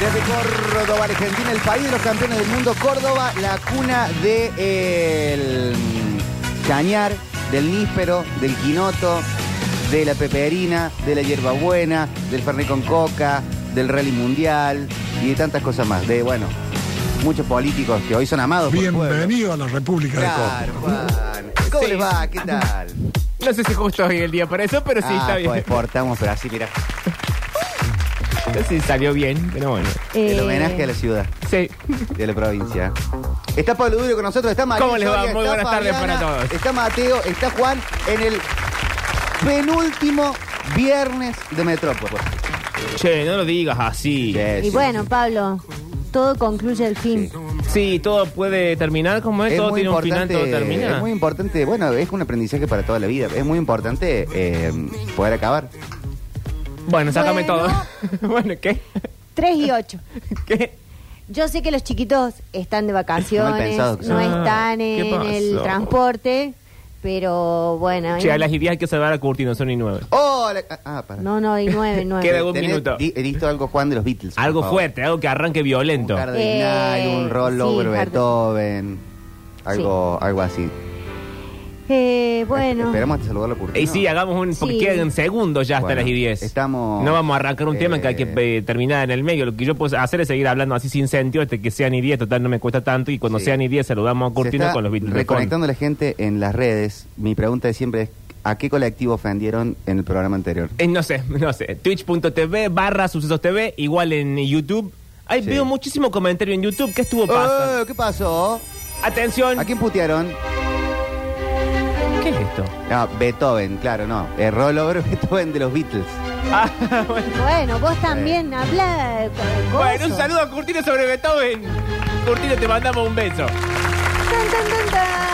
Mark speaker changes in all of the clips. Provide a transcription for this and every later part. Speaker 1: Desde Córdoba, Argentina, el país de los campeones del mundo, Córdoba, la cuna del cañar, del níspero, del quinoto, de la peperina, de la hierbabuena, del fernet con coca, del rally mundial y de tantas cosas más. De, bueno, muchos políticos que hoy son amados por el pueblo.
Speaker 2: Bienvenido a la República de
Speaker 1: Claro, Juan. ¿Cómo
Speaker 3: Sí.
Speaker 1: les va? ¿Qué tal?
Speaker 3: No sé si justo hoy el día para eso, pero sí
Speaker 1: ah,
Speaker 3: está bien.
Speaker 1: pues exportamos, pero así, mira.
Speaker 3: No sé si salió bien, pero bueno.
Speaker 1: El
Speaker 4: Eh,
Speaker 1: homenaje a la ciudad.
Speaker 3: Sí.
Speaker 1: de la provincia. Está Pablo Duro con nosotros, está María.
Speaker 3: ¿Cómo les va?
Speaker 1: Soria,
Speaker 3: Muy
Speaker 1: está
Speaker 3: buenas tardes
Speaker 1: Fabiana,
Speaker 3: para todos.
Speaker 1: Está Mateo, está Juan en el penúltimo viernes de Metrópolis.
Speaker 3: Che, no lo digas así.
Speaker 1: Yes,
Speaker 4: Y
Speaker 1: yes.
Speaker 4: bueno, Pablo, todo concluye el fin.
Speaker 1: Sí.
Speaker 3: Sí, todo puede terminar como es,
Speaker 1: Es
Speaker 3: todo
Speaker 1: muy,
Speaker 3: tiene un final, todo
Speaker 1: importante,
Speaker 3: termina.
Speaker 1: es muy importante, bueno, es un aprendizaje para toda la vida. Es muy importante eh, poder acabar.
Speaker 3: Bueno, sácame
Speaker 4: Bueno.
Speaker 3: todo. bueno, ¿qué?
Speaker 4: 3 y 8.
Speaker 3: ¿Qué?
Speaker 4: Yo sé que los chiquitos están de
Speaker 1: Mal
Speaker 4: vacaciones,
Speaker 1: pensados que son.
Speaker 4: no
Speaker 3: Ah,
Speaker 4: están
Speaker 3: ¿qué
Speaker 4: en el
Speaker 3: pasó?
Speaker 4: transporte, pero bueno.
Speaker 3: Che,
Speaker 4: ahí-
Speaker 3: a las ideas hay que salvar a Curti, no son ni nueve.
Speaker 1: Hola. Ah, para.
Speaker 4: No, no, y 9, 9.
Speaker 3: Queda un
Speaker 1: ¿Tenés
Speaker 3: minuto.
Speaker 1: di- Listo algo, Juan, de los Beatles. por
Speaker 3: Algo
Speaker 1: favor?
Speaker 3: fuerte, algo que arranque
Speaker 1: Un
Speaker 3: violento.
Speaker 1: Cardinal,
Speaker 4: Eh,
Speaker 1: un rollover
Speaker 4: sí, Hard-
Speaker 1: Beethoven. Algo, algo así.
Speaker 4: Eh, bueno.
Speaker 1: Esperamos hasta saludarlo por
Speaker 3: Y Eh, sí, hagamos un. Porque
Speaker 4: Sí.
Speaker 3: quedan segundos ya hasta
Speaker 1: Bueno,
Speaker 3: las 10.
Speaker 1: estamos-
Speaker 3: No vamos a arrancar un
Speaker 1: eh,
Speaker 3: tema que hay que eh, terminar en el medio. Lo que yo puedo hacer es seguir hablando así sin sentido hasta que sean y 10. Total, no me cuesta tanto. Y cuando
Speaker 1: Sí.
Speaker 3: sean y 10, saludamos a
Speaker 1: Se
Speaker 3: Curtino
Speaker 1: está
Speaker 3: con los Beatles. de fondo.
Speaker 1: Reconectando a la gente en las redes, mi pregunta de siempre es: ¿a qué colectivo ofendieron en el programa anterior?
Speaker 3: Eh, no sé, no sé. Twitch.tv barra sucesos TV, igual en YouTube. Ahí
Speaker 1: Sí.
Speaker 3: veo muchísimo comentario en YouTube. ¿Qué estuvo pasando?
Speaker 1: Eh, ¿Qué pasó?
Speaker 3: Atención.
Speaker 1: ¿A quién putearon?
Speaker 3: ¿Qué es esto?
Speaker 1: No, Beethoven, claro, no. El rollover Beethoven de los Beatles.
Speaker 3: Ah, bueno.
Speaker 4: Bueno, vos también habla.
Speaker 3: Bueno, un saludo a Curtino sobre Beethoven. Curtino, te mandamos un beso.
Speaker 4: Tan, tan, tan, tan.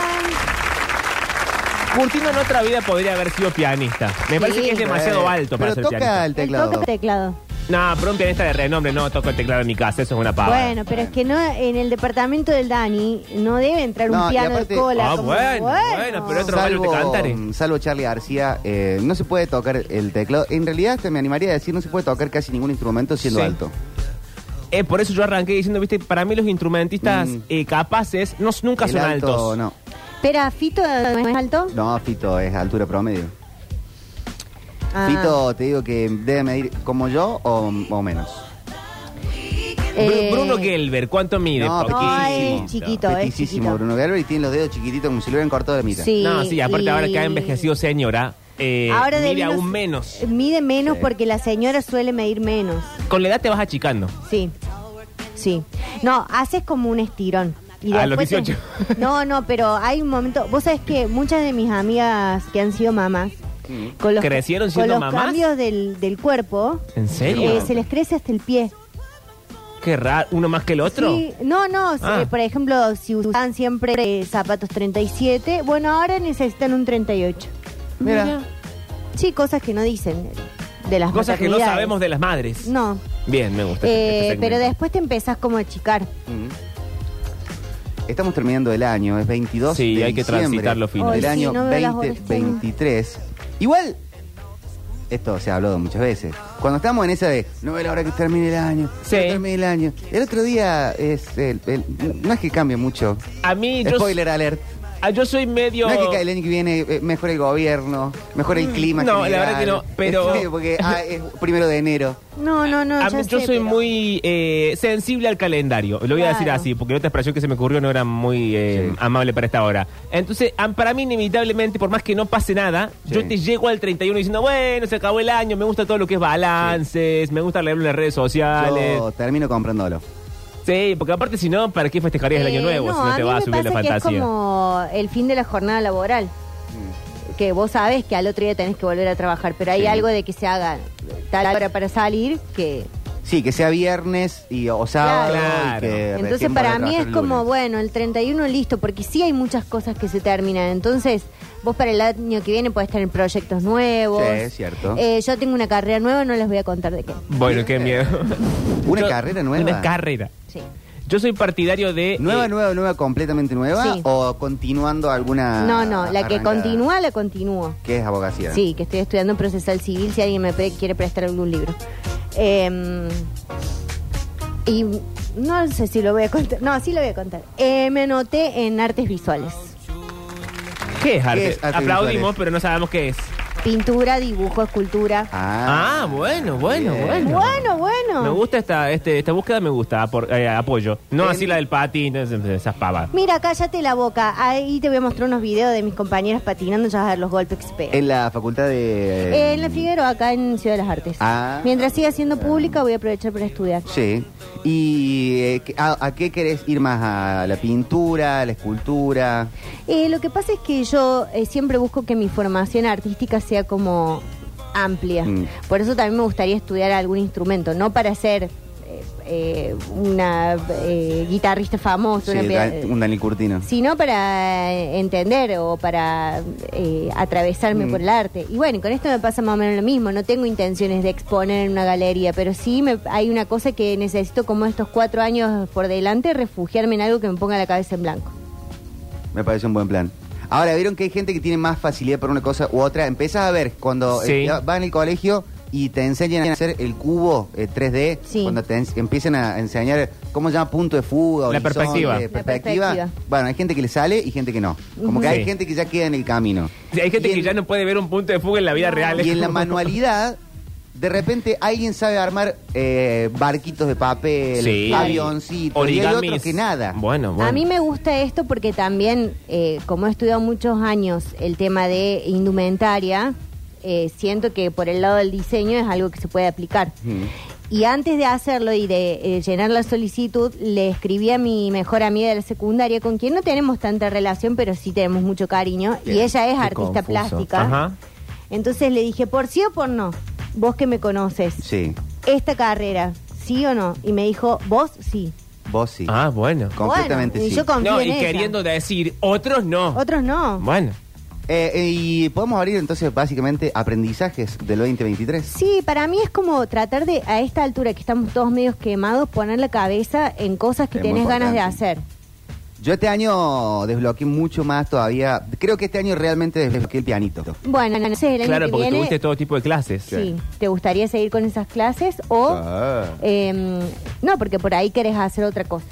Speaker 3: Curtino en otra vida podría haber sido pianista. Me
Speaker 4: Sí.
Speaker 3: parece que es demasiado
Speaker 1: Eh,
Speaker 3: alto para
Speaker 1: Pero
Speaker 3: ser
Speaker 1: toca
Speaker 3: pianista.
Speaker 1: el
Speaker 4: El
Speaker 1: teclado.
Speaker 4: toque teclado.
Speaker 3: No, pero un pianista de renombre no toco el teclado en mi casa. Eso es una pava.
Speaker 4: bueno, pero es que no en el departamento del Dani no debe entrar un
Speaker 1: No, y
Speaker 4: piano
Speaker 1: aparte-
Speaker 4: de cola.
Speaker 3: Ah,
Speaker 4: como,
Speaker 3: bueno, bueno, pero otro- Mario
Speaker 1: Salvo,
Speaker 3: te cantare.
Speaker 1: mm, salvo Charlie García, eh, no se puede tocar el teclado. En realidad, hasta me animaría a decir, no se puede tocar casi ningún instrumento siendo
Speaker 3: Sí.
Speaker 1: alto.
Speaker 3: Eh, por eso yo arranqué diciendo, viste, para mí los instrumentistas
Speaker 1: Mm.
Speaker 3: eh, capaces no, nunca
Speaker 1: El
Speaker 3: son
Speaker 1: alto,
Speaker 3: altos.
Speaker 1: No,
Speaker 4: Espera, Fito no es alto.
Speaker 1: no, Fito es altura promedio.
Speaker 4: Ah,
Speaker 1: Fito, te digo que debe medir como yo o, o menos.
Speaker 4: eh,
Speaker 3: Bru- Bruno Gelber, ¿cuánto mide?
Speaker 1: No,
Speaker 3: Poquito.
Speaker 4: no, es Eh. chiquito, es
Speaker 1: Peticísimo
Speaker 4: chiquito.
Speaker 1: Bruno Gerber y tiene los dedos chiquititos como si lo hubieran cortado de la mitad.
Speaker 4: Sí,
Speaker 3: No, sí, aparte
Speaker 4: y-
Speaker 3: ahora que ha envejecido señora, eh,
Speaker 4: Ahora de
Speaker 3: mide
Speaker 4: menos-
Speaker 3: aún menos.
Speaker 4: Mide menos
Speaker 1: Sí.
Speaker 4: porque la señora suele medir menos.
Speaker 3: Con la edad te vas achicando.
Speaker 4: Sí. Sí. No, haces como un estirón. Y
Speaker 3: A los
Speaker 4: después te-
Speaker 3: 18.
Speaker 4: No, no, pero hay un momento. Vos sabés que muchas de mis amigas que han sido mamás.
Speaker 3: Mm.
Speaker 4: Con los,
Speaker 3: ¿Crecieron
Speaker 4: con
Speaker 3: siendo
Speaker 4: los
Speaker 3: mamás?
Speaker 4: cambios del, del cuerpo,
Speaker 3: ¿En serio?
Speaker 4: eh, se les crece hasta el pie.
Speaker 3: Qué raro, uno más que el otro.
Speaker 4: Sí, no, no,
Speaker 3: Ah.
Speaker 4: eh, por ejemplo, si usan siempre eh, zapatos 37, bueno, ahora necesitan un 38.
Speaker 1: Mira,
Speaker 4: Sí, cosas que no dicen de las
Speaker 3: Cosas que no
Speaker 4: maternidades.
Speaker 3: sabemos de las madres.
Speaker 4: No,
Speaker 3: Bien, me gusta.
Speaker 4: eh,
Speaker 3: este segmento.
Speaker 4: pero después te empezás como a achicar.
Speaker 1: Mm. estamos terminando el año, es 22
Speaker 3: Sí,
Speaker 1: de
Speaker 3: hay que
Speaker 1: diciembre
Speaker 3: transitar los fines.
Speaker 4: Ay,
Speaker 1: Del
Speaker 4: sí,
Speaker 1: año
Speaker 4: no veo las horas,
Speaker 1: 2023. Igual, esto se ha hablado muchas veces. Cuando estamos en esa de, no veo la hora que termine el año, no
Speaker 3: Sí.
Speaker 1: termine el año. El otro día es, el- el- no es que cambie mucho.
Speaker 3: A mí, yo,
Speaker 1: Spoiler alert.
Speaker 3: ah, yo soy medio...
Speaker 1: No es que cae el año que viene eh, mejora el gobierno, mejora el clima.
Speaker 3: no, la
Speaker 1: general.
Speaker 3: verdad que no, pero-
Speaker 1: Sí, porque ah, es primero de enero.
Speaker 4: No, no, no.
Speaker 3: a
Speaker 4: Ah, ya
Speaker 3: mí- Ah, yo
Speaker 4: sé,
Speaker 3: soy
Speaker 4: pero-
Speaker 3: muy eh, sensible al calendario. Lo voy a decir
Speaker 4: Claro.
Speaker 3: así, porque la otra expresión que se me ocurrió no era muy eh,
Speaker 1: Sí.
Speaker 3: amable para esta hora. Entonces, am- para mí, inevitablemente, por más que no pase nada,
Speaker 1: Sí.
Speaker 3: yo te llego al 31 diciendo, bueno, se acabó el año, me gusta todo lo que es balances, me gusta leerlo en las redes sociales.
Speaker 1: Yo termino comprándolo.
Speaker 3: Sí, porque aparte, si no, ¿para qué festejarías el año
Speaker 4: Eh,
Speaker 3: nuevo si
Speaker 4: a
Speaker 3: no te
Speaker 4: mí
Speaker 3: va a
Speaker 4: me
Speaker 3: subir la
Speaker 4: pasa que
Speaker 3: fantasía?
Speaker 4: Es como el fin de la jornada laboral. Que vos sabés que al otro día tenés que volver a trabajar, pero hay
Speaker 1: Mm. Sí. Eh,
Speaker 4: algo de que se haga tal hora para salir que.
Speaker 1: Sí, que sea viernes y, o sábado.
Speaker 3: Claro.
Speaker 1: y que
Speaker 4: Entonces,
Speaker 1: recién
Speaker 4: para
Speaker 1: pueda
Speaker 4: mí es
Speaker 1: trabajar el
Speaker 4: como,
Speaker 1: lunes.
Speaker 4: bueno, el 31 listo, porque sí hay muchas cosas que se terminan. Entonces, vos para el año que viene podés tener proyectos nuevos.
Speaker 1: Sí, es cierto.
Speaker 4: Eh, yo tengo una carrera nueva, no les voy a contar de qué.
Speaker 3: Bueno, qué miedo.
Speaker 1: ¿Una
Speaker 3: Yo-
Speaker 1: carrera nueva?
Speaker 3: Una carrera.
Speaker 4: Sí.
Speaker 3: Yo soy partidario de.
Speaker 1: ¿Nueva,
Speaker 3: eh,
Speaker 1: nueva, nueva, completamente nueva?
Speaker 4: Sí.
Speaker 1: ¿O continuando alguna.?
Speaker 4: No, no, la que
Speaker 1: Ah, arrancada?
Speaker 4: continúa, la continúo.
Speaker 1: Que es abogacía.
Speaker 4: Sí, que estoy estudiando procesal civil si alguien me pe- quiere prestar algún libro. Em, Y no sé si lo voy a contar. No, sí lo voy a contar. Eh, me anoté en artes visuales.
Speaker 3: ¿Qué es arte?
Speaker 1: ¿Qué es arte
Speaker 3: Aplaudimos,
Speaker 1: visual?
Speaker 3: pero no sabemos qué es.
Speaker 4: Pintura, dibujo, escultura.
Speaker 3: Ah, bueno, bueno,
Speaker 1: bien.
Speaker 3: bueno.
Speaker 4: Bueno, bueno.
Speaker 3: Me gusta esta, este, esta búsqueda, me gusta, apor- eh, apoyo. No
Speaker 1: En-
Speaker 3: así la del patín, es- es- esas pavas.
Speaker 4: Mira, cállate la boca. Ahí te voy a mostrar unos videos de mis compañeras patinando ya vas a ver los golpes que se pegan.
Speaker 1: En la facultad de.
Speaker 4: en la Figueroa, acá en Ciudad de las Artes.
Speaker 1: Ah.
Speaker 4: Mientras siga siendo pública, voy a aprovechar para estudiar.
Speaker 1: Sí. ¿Y eh, que- a, a qué querés ir más? ¿A la pintura, a la escultura?
Speaker 4: Eh, lo que pasa es que yo eh, siempre busco que mi formación artística sea como amplia.
Speaker 1: Mm.
Speaker 4: Por eso también me gustaría estudiar algún instrumento, no para ser eh, eh, una eh, guitarrista famosa,
Speaker 1: Sí,
Speaker 4: una pia-
Speaker 1: Dan- un Daniel Curtino.
Speaker 4: sino para eh, entender o para eh,
Speaker 1: Mm.
Speaker 4: atravesarme por el arte. Y bueno, con esto me pasa más o menos lo mismo, no tengo intenciones de exponer en una galería, pero sí me, hay una cosa que necesito como estos cuatro años por delante, refugiarme en algo que me ponga la cabeza en blanco.
Speaker 1: Me parece un buen plan. Ahora, ¿vieron que hay gente que tiene más facilidad para una cosa u otra? Empezás a ver cuando
Speaker 3: Sí.
Speaker 1: eh, ya van al colegio y te enseñan a hacer el cubo eh, 3D,
Speaker 4: Sí.
Speaker 1: cuando te ens- empiezan a enseñar cómo se llama punto de fuga,
Speaker 3: La
Speaker 1: horizonte,
Speaker 3: perspectiva. La
Speaker 1: perspectiva.
Speaker 4: perspectiva.
Speaker 1: Bueno, hay gente que le sale y gente que no. Como que
Speaker 3: Ujú.
Speaker 1: hay
Speaker 3: Sí.
Speaker 1: gente que ya queda en el camino.
Speaker 3: Sí, Hay gente
Speaker 1: Y
Speaker 3: que
Speaker 1: en-
Speaker 3: ya no puede ver un punto de fuga en la vida real. es
Speaker 1: Y en la
Speaker 3: como-
Speaker 1: manualidad, de repente alguien sabe armar eh, barquitos de papel,
Speaker 3: Sí.
Speaker 1: avioncitos, y hay
Speaker 3: Origamis.
Speaker 1: otros que nada.
Speaker 3: Bueno, bueno.
Speaker 4: A mí me gusta esto porque también, eh, como he estudiado muchos años el tema de indumentaria, eh, siento que por el lado del diseño es algo que se puede aplicar.
Speaker 1: Mm.
Speaker 4: Y antes de hacerlo y de eh, llenar la solicitud, le escribí a mi mejor amiga de la secundaria, con quien no tenemos tanta relación, pero sí tenemos mucho cariño, y
Speaker 1: Bien,
Speaker 4: ella es
Speaker 1: qué
Speaker 4: artista
Speaker 1: confuso.
Speaker 4: plástica.
Speaker 3: Ajá.
Speaker 4: Entonces le dije, por sí o por no, vos que me conoces,
Speaker 1: Sí,
Speaker 4: esta carrera, ¿sí o no? Y me dijo, vos sí.
Speaker 1: vos sí.
Speaker 3: Ah, bueno.
Speaker 1: Completamente
Speaker 4: Bueno, y
Speaker 1: sí.
Speaker 4: yo confío
Speaker 3: No,
Speaker 4: en
Speaker 3: y
Speaker 4: ella.
Speaker 3: queriendo decir, otros no.
Speaker 4: Otros no.
Speaker 3: Bueno.
Speaker 1: Eh, eh, y podemos abrir entonces básicamente aprendizajes del 2023.
Speaker 4: Sí, para mí es como tratar de, a esta altura que estamos todos medios quemados, poner la cabeza en cosas que
Speaker 1: Es muy
Speaker 4: tenés ganas de
Speaker 1: importante.
Speaker 4: hacer.
Speaker 1: Yo este año desbloqueé mucho más todavía. Creo que este año realmente desbloqueé el pianito.
Speaker 4: Bueno, entonces el año
Speaker 3: Claro,
Speaker 4: que
Speaker 3: porque
Speaker 4: viene,
Speaker 3: tuviste todo tipo de clases.
Speaker 4: sí, ¿te gustaría seguir con esas clases
Speaker 3: Oh.
Speaker 4: o...?
Speaker 1: Ah.
Speaker 4: em, no, porque por ahí querés hacer otra cosa.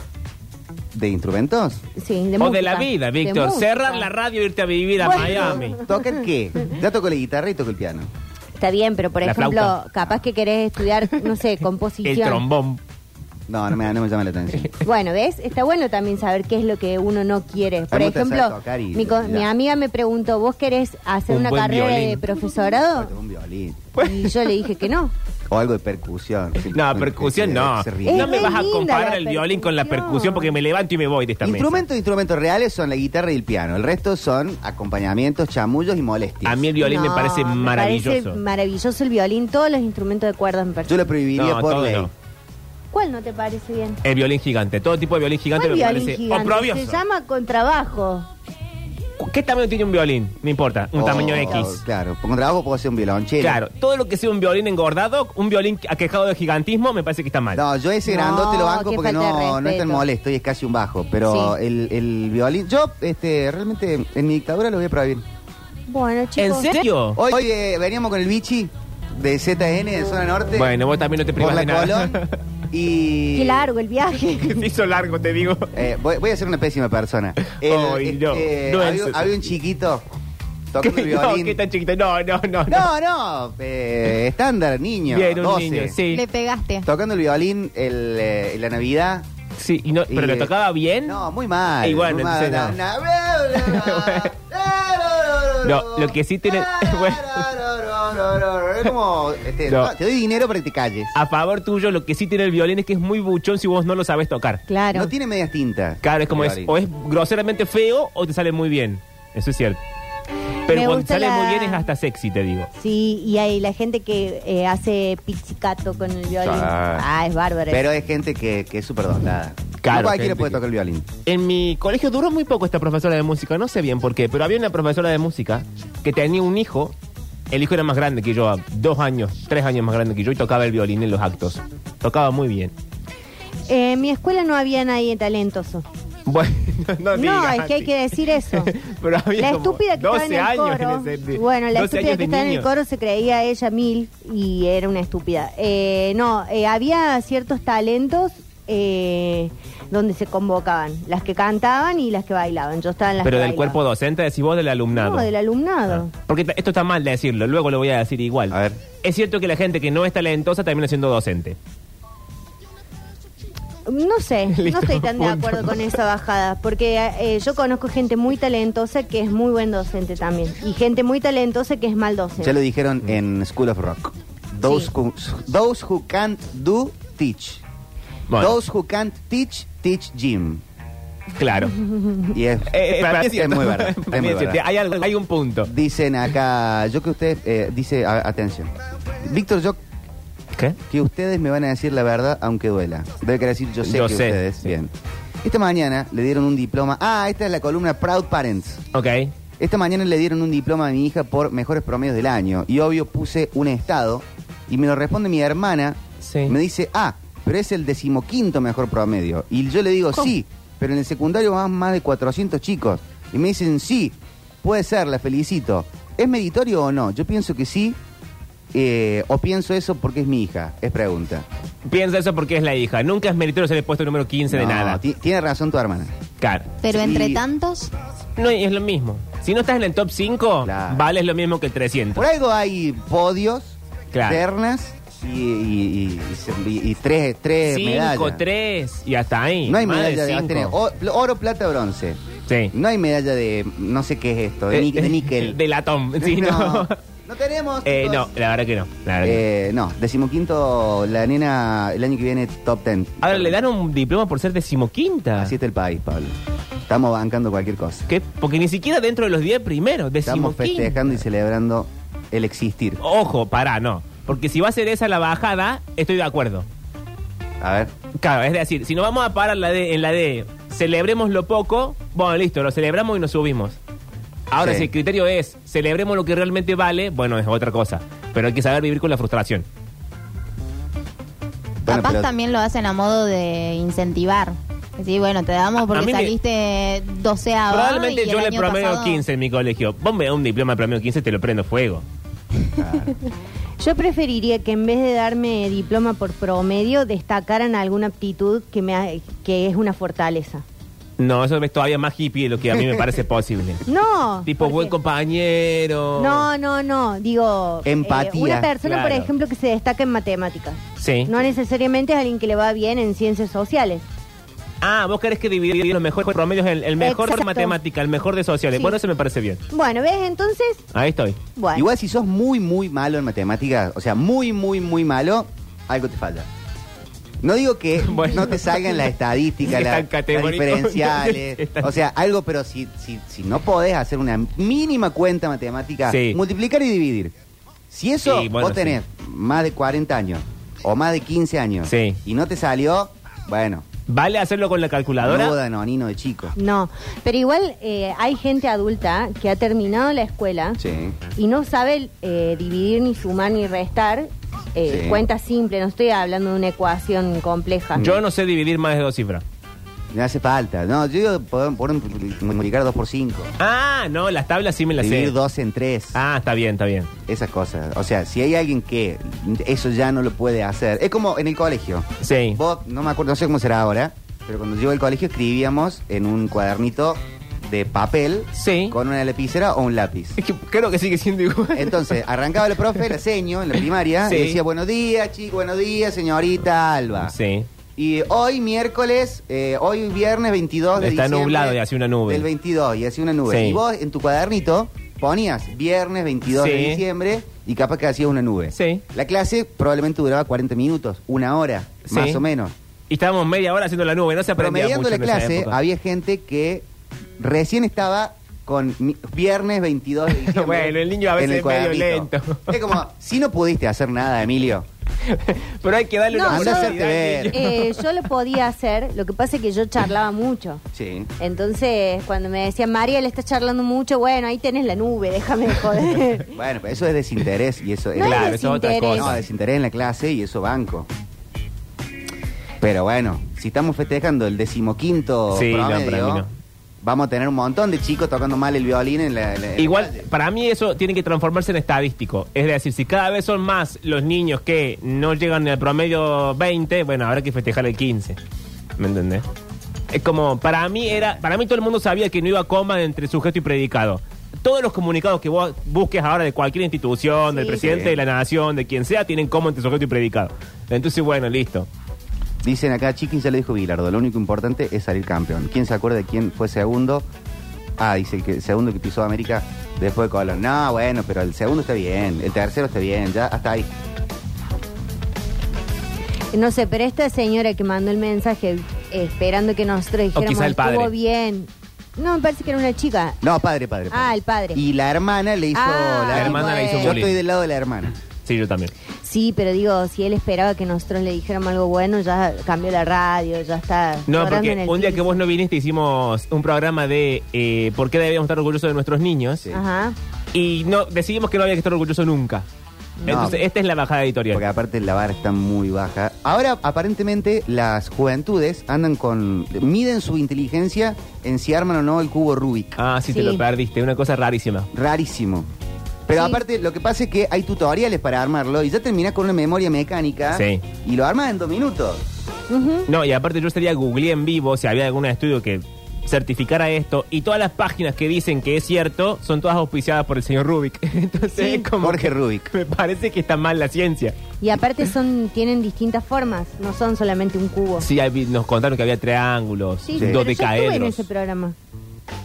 Speaker 1: ¿De instrumentos?
Speaker 4: Sí, de
Speaker 3: o de
Speaker 4: música,
Speaker 3: la vida,
Speaker 4: de
Speaker 3: Víctor.
Speaker 4: música.
Speaker 3: Cerrar la radio e irte a vivir a
Speaker 4: Bueno.
Speaker 3: Miami.
Speaker 1: ¿Toca el qué? Ya toco la guitarra y toco el piano.
Speaker 4: Está bien, pero por
Speaker 3: La
Speaker 4: ejemplo,
Speaker 3: flauta.
Speaker 4: capaz que querés estudiar, no sé, composición.
Speaker 3: El trombón.
Speaker 1: No, no me, no me llama la atención.
Speaker 4: Bueno, ¿ves? Está bueno también saber qué es lo que uno no quiere. Por
Speaker 1: me gusta saber
Speaker 4: ejemplo,
Speaker 1: tocar y-
Speaker 4: mi, co-
Speaker 1: ya.
Speaker 4: mi amiga me preguntó, ¿vos querés hacer
Speaker 3: Un
Speaker 4: una
Speaker 3: buen
Speaker 4: carrera de
Speaker 3: violín.
Speaker 1: Yo
Speaker 4: profesorado?
Speaker 1: toco un violín.
Speaker 4: Y yo le dije que no.
Speaker 1: O algo de percusión. Sí,
Speaker 3: No,
Speaker 1: bueno,
Speaker 3: percusión
Speaker 1: que se-
Speaker 3: no. Eh,
Speaker 1: que se ríe.
Speaker 4: Es
Speaker 3: No me
Speaker 4: re
Speaker 3: vas a
Speaker 4: linda
Speaker 3: comparar
Speaker 4: la
Speaker 3: el violín con la
Speaker 4: percusión.
Speaker 3: percusión porque me levanto y me voy de esta mesa.
Speaker 1: Instrumentos, instrumentos reales son la guitarra y el piano. El resto son acompañamientos, chamullos y molestias.
Speaker 3: A mí el violín me
Speaker 4: No,
Speaker 3: parece
Speaker 4: Me
Speaker 3: maravilloso.
Speaker 4: parece maravilloso el violín, todos los instrumentos de cuerdas me
Speaker 1: Yo
Speaker 4: parecen.
Speaker 1: lo prohibiría
Speaker 3: No,
Speaker 1: por
Speaker 3: todo
Speaker 1: ley.
Speaker 3: no.
Speaker 4: ¿Cuál no te parece bien?
Speaker 3: El violín gigante, todo tipo de violín gigante
Speaker 4: ¿Cuál
Speaker 3: me
Speaker 4: violín
Speaker 3: parece
Speaker 4: gigante?
Speaker 3: oprobioso.
Speaker 4: Se llama contrabajo.
Speaker 3: ¿Qué tamaño tiene un violín? No importa, un
Speaker 1: O-
Speaker 3: tamaño X.
Speaker 1: Oh, Claro, con trabajo puedo hacer un violonchelo.
Speaker 3: Claro, todo lo que sea un violín engordado, un violín aquejado de gigantismo, me parece que está mal.
Speaker 1: No, yo ese
Speaker 4: No,
Speaker 1: grandote lo banco
Speaker 4: qué
Speaker 1: porque
Speaker 4: falta de
Speaker 1: no, no es tan
Speaker 4: respeto.
Speaker 1: molesto y es casi un bajo. Pero
Speaker 4: Sí.
Speaker 1: el, el violín, yo este, realmente en mi dictadura lo voy a prohibir.
Speaker 4: Bueno, chicos.
Speaker 3: ¿En serio?
Speaker 1: Hoy, hoy, eh, veníamos con el bichi de ZN de zona norte.
Speaker 3: Bueno, vos también no te
Speaker 1: por
Speaker 3: privas
Speaker 1: la
Speaker 3: de nada.
Speaker 1: Colón. Y.
Speaker 4: Qué largo el viaje.
Speaker 3: Se hizo largo, te digo.
Speaker 1: Eh, voy, voy a ser una pésima persona. El,
Speaker 3: Ay, no,
Speaker 1: este,
Speaker 3: no
Speaker 1: había,
Speaker 3: es-
Speaker 1: había un chiquito tocando
Speaker 3: ¿Qué,
Speaker 1: el
Speaker 3: no,
Speaker 1: violín.
Speaker 3: qué tan chiquito. No, no, no.
Speaker 1: No, no, eh, estándar, niño.
Speaker 3: Bien, un
Speaker 1: 12.
Speaker 3: niño, sí.
Speaker 2: Le pegaste.
Speaker 1: Tocando el violín el, eh, la Navidad.
Speaker 3: Sí, y no- pero
Speaker 1: Y,
Speaker 3: lo
Speaker 1: eh,
Speaker 3: tocaba bien.
Speaker 1: No, muy mal.
Speaker 3: Y bueno,
Speaker 1: muy mal.
Speaker 3: entonces no.
Speaker 1: Na- na-
Speaker 3: No, lo que sí tiene- bueno.
Speaker 1: Es como, este,
Speaker 3: No.
Speaker 1: no, te doy dinero para que te calles.
Speaker 3: A favor tuyo, lo que sí tiene el violín es que es muy buchón si vos no lo sabes tocar.
Speaker 4: Claro.
Speaker 1: No tiene medias tintas.
Speaker 3: Claro, es como es,
Speaker 1: Violín.
Speaker 3: o es groseramente feo o te sale muy bien. Eso es cierto. Pero
Speaker 4: Me
Speaker 3: cuando
Speaker 4: gusta
Speaker 3: sale
Speaker 4: la-
Speaker 3: muy bien es hasta sexy, te digo.
Speaker 4: Sí, y hay la gente que eh, hace pizzicato con el violín.
Speaker 1: Ah.
Speaker 4: Ah, es bárbaro.
Speaker 1: Pero es gente que, que es súper dotada.
Speaker 3: Claro,
Speaker 1: no cualquiera
Speaker 3: gente
Speaker 1: puede
Speaker 3: que-
Speaker 1: tocar el violín.
Speaker 3: En mi colegio duró muy poco esta profesora de música, no sé bien por qué, pero había una profesora de música que tenía un hijo. El hijo era más grande que yo, dos años, tres años más grande que yo, y tocaba el violín en los actos. Tocaba muy bien.
Speaker 4: Eh, en mi escuela no había nadie talentoso.
Speaker 3: Bueno, no,
Speaker 4: No,
Speaker 3: digas,
Speaker 4: es que hay
Speaker 3: Andy.
Speaker 4: que decir eso.
Speaker 3: Pero había
Speaker 4: La
Speaker 3: como
Speaker 4: estúpida que estaba en
Speaker 3: 12
Speaker 4: el
Speaker 3: años
Speaker 4: coro.
Speaker 3: en ese-
Speaker 4: bueno, la
Speaker 3: 12
Speaker 4: estúpida
Speaker 3: años
Speaker 4: que
Speaker 3: de
Speaker 4: estaba en el
Speaker 3: niño.
Speaker 4: coro se creía ella mil y era una estúpida. Eh, no, eh, había ciertos talentos. eh, donde se convocaban, las que cantaban y las que bailaban. Yo estaba en las
Speaker 3: Pero
Speaker 4: que
Speaker 3: del cuerpo
Speaker 4: bailaban.
Speaker 3: docente, decís vos, del alumnado.
Speaker 4: No, del alumnado.
Speaker 3: Ah, Porque t- esto está mal de decirlo, luego lo voy a decir igual.
Speaker 1: A ver.
Speaker 3: Es cierto que la gente que no es talentosa termina siendo docente.
Speaker 4: No sé,
Speaker 3: Listo,
Speaker 4: no estoy tan de
Speaker 3: punto.
Speaker 4: acuerdo con esa bajada, porque eh, yo conozco gente muy talentosa que es muy buen docente también, y gente muy talentosa que es mal
Speaker 1: Ya
Speaker 4: docente.
Speaker 1: lo dijeron en School of Rock. Those,
Speaker 4: Sí.
Speaker 1: who, those who can't do, teach.
Speaker 3: Bueno,
Speaker 1: Those who can't teach, teach gym.
Speaker 3: claro.
Speaker 1: Y es,
Speaker 3: Eh, eh, para mí es
Speaker 1: es
Speaker 3: cierto.
Speaker 1: muy verdad.
Speaker 3: Para
Speaker 1: es
Speaker 3: mí
Speaker 1: muy
Speaker 3: es cierto.
Speaker 1: verdad.
Speaker 3: Hay, algo- hay un punto.
Speaker 1: Dicen acá, yo que ustedes, eh, dice, a- atención. Víctor, yo
Speaker 3: ¿Qué?
Speaker 1: que ustedes me van a decir la verdad aunque duela. Debe querer decir yo sé
Speaker 3: Yo
Speaker 1: que
Speaker 3: sé,
Speaker 1: ustedes.
Speaker 3: sí.
Speaker 1: Bien. Esta mañana le dieron un diploma. Ah, esta es la columna Proud Parents.
Speaker 3: Ok.
Speaker 1: Esta mañana le dieron un diploma a mi hija por mejores promedios del año. Y obvio puse un estado. Y me lo responde mi hermana.
Speaker 3: Sí.
Speaker 1: Me dice, ah, pero es el decimoquinto mejor promedio. Y yo le digo, sí, pero en el secundario van más de 400 chicos. Y me dicen, sí, puede ser, la felicito. ¿Es meritorio o no? Yo pienso que sí. eh, o pienso eso porque es mi hija. Es pregunta.
Speaker 3: Piensa eso porque es la hija. Nunca es meritorio ser el puesto número 15 de
Speaker 1: No,
Speaker 3: nada.
Speaker 1: ti- Tiene razón tu hermana.
Speaker 3: Claro.
Speaker 2: Pero
Speaker 1: Sí.
Speaker 2: entre tantos,
Speaker 3: No, y es lo mismo. Si no estás en el top 5,
Speaker 1: Claro.
Speaker 3: vales lo mismo que el
Speaker 1: Por
Speaker 3: 300.
Speaker 1: algo hay podios,
Speaker 3: Claro.
Speaker 1: ternas y, y- y- y- y tres, tres
Speaker 3: 5,
Speaker 1: medallas.
Speaker 3: 3 y hasta ahí.
Speaker 1: eh, No hay
Speaker 3: Más
Speaker 1: medalla de,
Speaker 3: cinco.
Speaker 1: tenés o- oro, plata, bronce.
Speaker 3: Sí.
Speaker 1: No hay medalla de no sé qué es esto, de, ni- de níquel.
Speaker 3: De latón. Sí, Eh, no.
Speaker 1: no. No tenemos.
Speaker 3: Eh,
Speaker 1: chicos.
Speaker 3: no, la verdad que no. la verdad que
Speaker 1: Eh, no, decimoquinto, la nena el año que viene top ten.
Speaker 3: no. Ahora, ¿le dan un diploma por ser decimoquinta?
Speaker 1: Así está el país, Pablo. Estamos bancando cualquier cosa.
Speaker 3: ¿Qué? Porque ni siquiera dentro de los 10 primeros,
Speaker 1: Estamos
Speaker 3: decimoquinta.
Speaker 1: festejando y celebrando el existir.
Speaker 3: Ojo, pará, no. Porque si va a ser esa la bajada, estoy de acuerdo.
Speaker 1: A ver.
Speaker 3: Claro, es decir, si no vamos a parar la de- en la de celebremos lo poco, bueno, listo, lo celebramos y nos subimos. Ahora,
Speaker 1: Sí.
Speaker 3: si el criterio es celebremos lo que realmente vale, bueno, es otra cosa. Pero hay que saber vivir con la frustración.
Speaker 1: Bueno,
Speaker 2: capaz
Speaker 1: pero-
Speaker 2: también lo hacen a modo de incentivar. Sí, bueno, te damos
Speaker 3: A mí
Speaker 2: porque
Speaker 3: me-
Speaker 2: saliste 12 a
Speaker 3: Probablemente
Speaker 2: y el
Speaker 3: yo le
Speaker 2: año
Speaker 3: promedio
Speaker 2: pasado-
Speaker 3: 15 en mi colegio. Vos me das un diploma de promedio 15, te lo prendo fuego.
Speaker 1: Claro.
Speaker 4: Yo preferiría que en vez de darme diploma por promedio, destacaran alguna aptitud que, me, ha- que es una fortaleza.
Speaker 3: No, eso es todavía más hippie de lo que a mí me parece posible.
Speaker 4: No.
Speaker 3: tipo,
Speaker 4: porque-
Speaker 3: buen compañero.
Speaker 4: No, no, no. Digo, eh,
Speaker 1: Empatía.
Speaker 4: una persona, por
Speaker 3: Claro.
Speaker 4: ejemplo, que se destaca en matemáticas.
Speaker 3: Sí.
Speaker 4: No necesariamente es alguien que le va bien en ciencias sociales.
Speaker 3: Ah, vos querés que dividir los mejores promedios en el mejor
Speaker 4: Exacto.
Speaker 3: de matemática, el mejor de sociales.
Speaker 4: Sí.
Speaker 3: Bueno, eso me parece bien.
Speaker 4: Bueno, ¿ves? Entonces,
Speaker 3: Ahí estoy.
Speaker 4: bueno.
Speaker 1: Igual si sos muy, muy malo en matemáticas, o sea, muy, muy, muy malo, algo te falta. No digo que
Speaker 3: Bueno.
Speaker 1: no te salgan las estadísticas,
Speaker 3: Es tan
Speaker 1: las, las
Speaker 3: categórico.
Speaker 1: diferenciales,
Speaker 3: Es tan-
Speaker 1: o sea, algo, pero si, si, si no podés hacer una mínima cuenta matemática,
Speaker 3: Sí.
Speaker 1: multiplicar y dividir. Si eso
Speaker 3: Sí, bueno,
Speaker 1: vos tenés más de 40 años o más de 15 años
Speaker 3: Sí.
Speaker 1: y no te salió, bueno,
Speaker 3: ¿Vale hacerlo con la calculadora?
Speaker 1: no danonino de chico.
Speaker 4: No, pero igual eh, hay gente adulta que ha terminado la escuela
Speaker 1: Sí.
Speaker 4: y no sabe eh, dividir, ni sumar, ni restar. eh,
Speaker 1: Sí.
Speaker 4: Cuentas simples, no estoy hablando de una ecuación compleja.
Speaker 3: Yo no sé dividir más de dos cifras.
Speaker 1: No hace falta. No, yo digo, podemos podemos multiplicar 2 por 5.
Speaker 3: Ah, no, las tablas sí me las sé.
Speaker 1: Dividir 2 en 3.
Speaker 3: Ah, está bien, está bien.
Speaker 1: Esas cosas. O sea, si hay alguien que eso ya no lo puede hacer. Es como en el colegio.
Speaker 3: Sí.
Speaker 1: Vos, no me acuerdo, no sé cómo será ahora, pero cuando yo iba al colegio escribíamos en un cuadernito de papel
Speaker 3: Sí.
Speaker 1: con una lapicera o un lápiz.
Speaker 3: Es que creo que sigue siendo igual.
Speaker 1: Entonces, arrancaba el profe, el seño, en la primaria,
Speaker 3: Sí.
Speaker 1: y decía, buenos días, chicos, buenos días, señorita Alba.
Speaker 3: Sí.
Speaker 1: Y hoy miércoles, eh, hoy viernes 22 de
Speaker 3: Está
Speaker 1: diciembre
Speaker 3: nublado y hace una nube.
Speaker 1: Del 22 y hace una nube.
Speaker 3: Sí.
Speaker 1: Y vos en tu cuadernito ponías viernes 22 de
Speaker 3: Sí.
Speaker 1: diciembre y capaz que hacías una nube.
Speaker 3: Sí.
Speaker 1: La clase probablemente duraba 40 minutos, una hora,
Speaker 3: Sí.
Speaker 1: más o menos.
Speaker 3: Y estábamos media hora haciendo la nube, no se aprendía
Speaker 1: Promediando
Speaker 3: mucho
Speaker 1: la
Speaker 3: en esa
Speaker 1: clase,
Speaker 3: época.
Speaker 1: había gente que recién estaba con mi- viernes 22 de diciembre.
Speaker 3: Bueno, el niño a veces
Speaker 1: en el
Speaker 3: es medio
Speaker 1: cuadernito.
Speaker 3: lento.
Speaker 1: Es como, si no pudiste hacer nada, Emilio.
Speaker 3: Pero hay que darle
Speaker 4: No,
Speaker 3: una
Speaker 4: anda a
Speaker 3: oportunidad
Speaker 1: hacerte
Speaker 3: al
Speaker 1: ver.
Speaker 3: niño.
Speaker 4: Eh, yo lo podía hacer, lo que pasa es que yo charlaba mucho.
Speaker 1: Sí.
Speaker 4: Entonces, cuando me decían, María, le estás charlando mucho, bueno, ahí tenés la nube, déjame de joder.
Speaker 1: Bueno, pero eso es desinterés y eso
Speaker 4: No
Speaker 3: Claro,
Speaker 4: es
Speaker 3: eso es otra
Speaker 4: desinterés.
Speaker 1: No, desinterés en la clase y eso banco. Pero bueno, si estamos festejando el decimoquinto
Speaker 3: Sí, no, para
Speaker 1: promedio,
Speaker 3: mí no.
Speaker 1: vamos a tener un montón de chicos tocando mal el violín en la. en la- en la
Speaker 3: Igual,
Speaker 1: calle.
Speaker 3: para mí eso tiene que transformarse en estadístico. Es decir, si cada vez son más los niños que no llegan al promedio 20, bueno, habrá que festejar el 15. ¿Me entendés? Es como, para mí era, para mí todo el mundo sabía que no iba a coma entre sujeto y predicado. Todos los comunicados que vos busques ahora de cualquier institución, del
Speaker 2: Sí.
Speaker 3: presidente
Speaker 1: Sí.
Speaker 3: de la nación, de quien sea, tienen coma entre sujeto y predicado. Entonces, bueno, listo.
Speaker 1: Dicen acá, Chiquín ya le dijo Bilardo, lo único importante es salir campeón. ¿Quién se acuerda de quién fue segundo? Ah, dice el que el segundo que pisó América después de Colón. No, bueno, pero el segundo está bien, el tercero está bien, ya hasta ahí.
Speaker 4: No sé, pero esta señora que mandó el mensaje eh, esperando que nosotros dijéramos
Speaker 3: quizá el padre.
Speaker 4: estuvo bien. No, me parece que era una chica.
Speaker 1: No, padre, padre.
Speaker 4: Ah, el padre.
Speaker 1: Y la hermana le hizo.
Speaker 4: Ah,
Speaker 1: la,
Speaker 3: La hermana le hizo
Speaker 1: Yo
Speaker 3: bullying.
Speaker 1: estoy del lado de la hermana.
Speaker 3: Sí, yo también.
Speaker 4: Sí, pero digo, si él esperaba que nosotros le dijéramos algo bueno, ya cambió la radio, ya está.
Speaker 3: No,
Speaker 4: llorando
Speaker 3: porque
Speaker 4: en el
Speaker 3: un día que
Speaker 4: piso.
Speaker 3: vos no viniste hicimos un programa de eh, por qué debíamos estar orgullosos de nuestros niños.
Speaker 1: Sí.
Speaker 4: Ajá.
Speaker 3: Y no, decidimos que no había que estar orgulloso nunca.
Speaker 1: No.
Speaker 3: Entonces, esta es la bajada editorial.
Speaker 1: Porque aparte la barra está muy baja. Ahora, aparentemente, las juventudes andan con. miden su inteligencia en si arman o no el cubo Rubik.
Speaker 3: Ah, sí, te
Speaker 4: Sí.
Speaker 3: lo perdiste. Una cosa rarísima.
Speaker 1: Rarísimo. Pero
Speaker 4: Sí.
Speaker 1: aparte, lo que pasa es que hay tutoriales para armarlo y ya terminás con una memoria mecánica
Speaker 3: Sí.
Speaker 1: y lo armas en dos minutos.
Speaker 4: Ujú.
Speaker 3: No, y aparte yo estaría googleé en vivo si había algún estudio que certificara esto. Y todas las páginas que dicen que es cierto son todas auspiciadas por el señor Rubik. Entonces, es como
Speaker 1: Jorge
Speaker 3: que
Speaker 1: Rubik.
Speaker 3: Me parece que está mal la ciencia.
Speaker 4: Y aparte son tienen distintas formas, no son solamente un cubo.
Speaker 3: Sí, hay- nos contaron que había triángulos,
Speaker 4: Sí, pero yo estuve en
Speaker 3: dodecaedros.
Speaker 4: ese programa.